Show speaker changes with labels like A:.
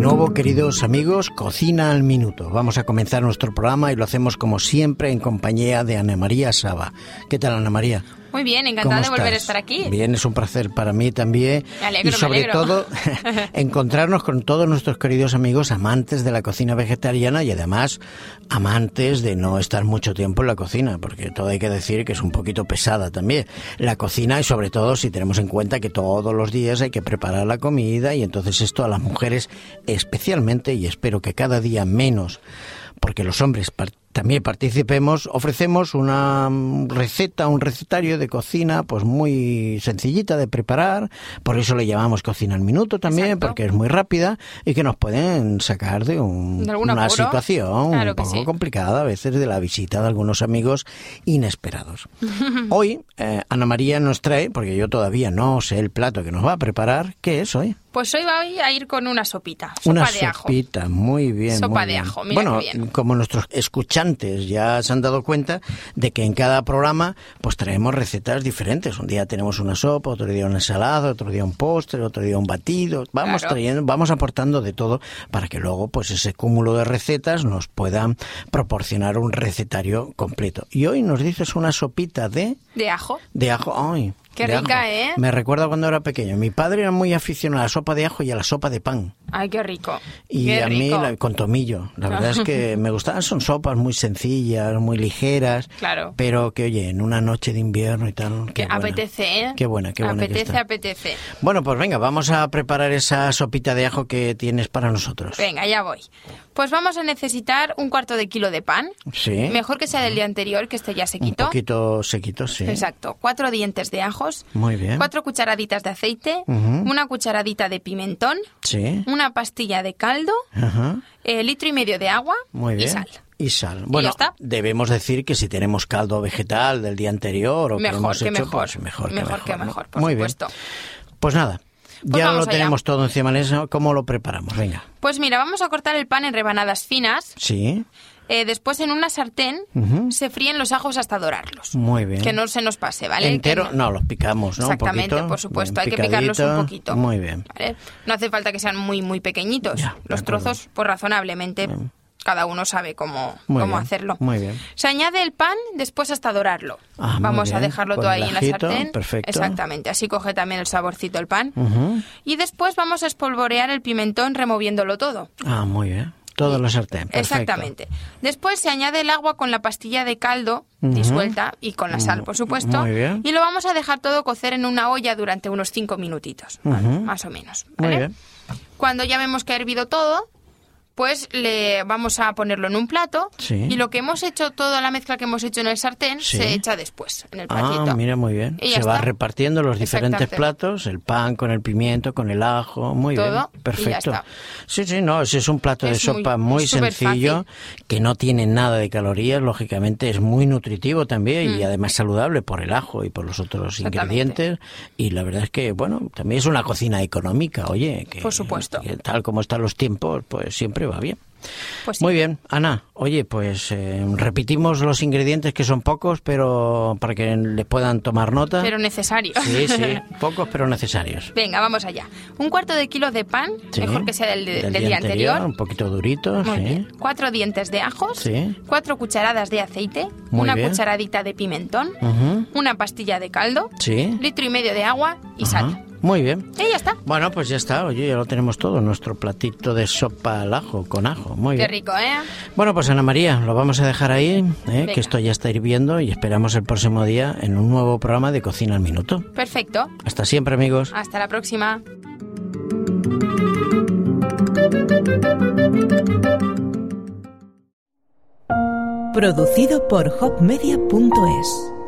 A: nuevo, queridos amigos, Cocina al Minuto. Vamos a comenzar nuestro programa y lo hacemos como siempre en compañía de Ana María Saba. ¿Qué tal, Ana María?
B: Muy bien, encantada de volver a estar aquí.
A: Bien, es un placer para mí también.
B: Me alegro,
A: y sobre
B: me alegro.
A: todo encontrarnos con todos nuestros queridos amigos amantes de la cocina vegetariana y además amantes de no estar mucho tiempo en la cocina, porque todo hay que decir que es un poquito pesada también. La cocina y sobre todo si tenemos en cuenta que todos los días hay que preparar la comida y entonces esto a las mujeres especialmente y espero que cada día menos porque los hombres par- también participemos, ofrecemos una mm, receta, un recetario de cocina, pues muy sencillita de preparar, por eso le llamamos cocina al minuto también,
B: Exacto.
A: porque es muy rápida y que nos pueden sacar de, un-
B: De algún
A: una
B: apuro.
A: situación
B: Claro
A: un
B: que
A: poco
B: sí.
A: complicada a veces de la visita de algunos amigos inesperados. hoy eh, Ana María nos trae, porque yo todavía no sé el plato que nos va a preparar, ¿qué es hoy?
B: Pues hoy voy a ir con una sopita, sopa
A: Una
B: de ajo.
A: sopita, muy bien. muy
B: Sopa de
A: bien.
B: ajo, mira
A: Bueno,
B: qué bien.
A: como nuestros escuchantes ya se han dado cuenta de que en cada programa pues traemos recetas diferentes. Un día tenemos una sopa, otro día una ensalada, otro día un postre, otro día un batido. Vamos
B: Claro.
A: trayendo, vamos aportando de todo para que luego pues ese cúmulo de recetas nos puedan proporcionar un recetario completo. Y hoy nos dices una sopita de
B: De ajo.
A: de ajo. Ay,
B: Qué
A: de
B: rica,
A: ajo.
B: ¿eh?
A: Me recuerda cuando era pequeño. Mi padre era muy aficionado a la sopa de ajo y a la sopa de pan.
B: Ay, qué rico.
A: Y
B: qué
A: a mí
B: rico.
A: la- con tomillo. La verdad es que me gustaban, son sopas muy sencillas, muy ligeras.
B: Claro.
A: Pero que, oye, en una noche de invierno y tal.
B: Que
A: Qué buena.
B: apetece, ¿eh?
A: Qué buena, qué buena. que
B: Apetece,
A: está.
B: apetece.
A: Bueno, pues venga, vamos a preparar esa sopita de ajo que tienes para nosotros.
B: Venga, ya voy. Pues vamos a necesitar un cuarto de kilo de pan.
A: Sí.
B: Mejor que sea del día anterior, que este ya se
A: Un
B: quitó.
A: poquito sequito, sí.
B: Exacto. Cuatro dientes de ajos.
A: Muy bien.
B: Cuatro cucharaditas de aceite.
A: Ujú.
B: Una cucharadita de pimentón.
A: Sí.
B: Una pastilla de caldo.
A: Ajá.
B: eh, litro y medio de agua.
A: Muy bien.
B: Y sal.
A: Y sal. Bueno,
B: ya está.
A: debemos decir que si tenemos caldo vegetal del día anterior o que
B: Mejor
A: hemos
B: que
A: hecho,
B: mejor.
A: pues mejor, que
B: Mejor
A: mejor.
B: que
A: ¿no?
B: mejor, por
A: Muy
B: supuesto.
A: Bien. Pues nada,
B: Pues
A: ya lo
B: vamos allá.
A: tenemos todo encima de la mesa. ¿Cómo lo preparamos? Venga.
B: Pues mira, vamos a cortar el pan en rebanadas finas.
A: Sí,
B: Eh, después en una sartén
A: Ujú.
B: se fríen los ajos hasta dorarlos.
A: muy bien.
B: Que no se nos pase, ¿vale?
A: Entero,
B: Que
A: no, los picamos, ¿no? Un
B: Exactamente,
A: poquito,
B: por supuesto.
A: bien
B: Hay que picarlos un
A: picadito.
B: poquito.
A: Muy bien.
B: ¿vale? No hace falta que sean muy, muy pequeñitos.
A: Ya, de
B: los
A: acuerdo.
B: trozos, pues razonablemente, cada uno sabe cómo,
A: Muy
B: cómo
A: bien,
B: hacerlo.
A: muy bien.
B: Se añade el pan después hasta dorarlo.
A: Ah, muy
B: Vamos a
A: bien.
B: dejarlo
A: Con
B: todo
A: el
B: ahí en la
A: ajito,
B: sartén.
A: perfecto. Mm.
B: Exactamente. Así coge también el saborcito el pan.
A: Ujú.
B: Y después vamos a espolvorear el pimentón removiéndolo todo.
A: Ah, muy bien. Todo en la sartén. perfecto.
B: Exactamente. Después se añade el agua con la pastilla de caldo
A: Ujú. Mm,
B: disuelta y con la sal, por supuesto.
A: Muy bien.
B: Y lo vamos a dejar todo cocer en una olla durante unos 5 minutitos, ¿vale?
A: Ujú.
B: más o menos.
A: Muy
B: ¿vale?
A: bien.
B: Cuando ya vemos que ha hervido todo, pues le vamos a ponerlo en un plato
A: Sí.
B: y lo que hemos hecho, toda la mezcla que hemos hecho en el sartén,
A: Sí.
B: se echa después en el platito.
A: Ah, mira, muy bien.
B: Y
A: Se
B: ya
A: va
B: está.
A: repartiendo los diferentes
B: Exactamente.
A: platos, el pan con el pimiento, con el ajo, muy
B: Todo, y
A: bien.
B: ya
A: Perfecto.
B: está.
A: Sí, sí, no, ese es un plato de
B: Es muy-
A: sopa muy,
B: es superfácil.
A: sencillo, que no tiene nada de calorías, lógicamente es muy nutritivo también y además saludable por el ajo y por los otros
B: Mm. Exactamente.
A: ingredientes. Y la verdad es que, bueno, también es una cocina económica, oye. Que,
B: Por supuesto.
A: que tal como están los tiempos, pues siempre va bien.
B: Pues sí.
A: Muy bien, Ana. Oye, pues eh, repetimos los ingredientes que son pocos, pero para que les puedan tomar nota.
B: Pero necesario.
A: Sí, sí, pocos pero necesarios.
B: Venga, vamos allá. Un cuarto de kilo de pan,
A: Sí.
B: mejor que sea del, del día anterior.
A: Un poquito durito,
B: Muy
A: sí.
B: bien. Cuatro dientes de ajos,
A: Sí.
B: cuatro cucharadas de aceite,
A: Muy
B: una
A: bien.
B: cucharadita de pimentón,
A: Ujú.
B: una pastilla de caldo,
A: Sí.
B: litro y medio de agua y
A: Ajá.
B: sal.
A: Muy bien.
B: Y ya está.
A: Bueno, pues ya está, oye, ya lo tenemos todo, nuestro platito de sopa al ajo, con ajo, muy
B: Qué
A: bien.
B: rico, ¿eh?
A: Bueno, pues Ana María, lo vamos a dejar ahí, ¿eh?
B: Venga.
A: que esto ya está hirviendo y esperamos el próximo día en un nuevo programa de Cocina al Minuto.
B: Perfecto.
A: Hasta siempre, amigos.
B: Hasta la próxima.
C: Producido por hopmedia.es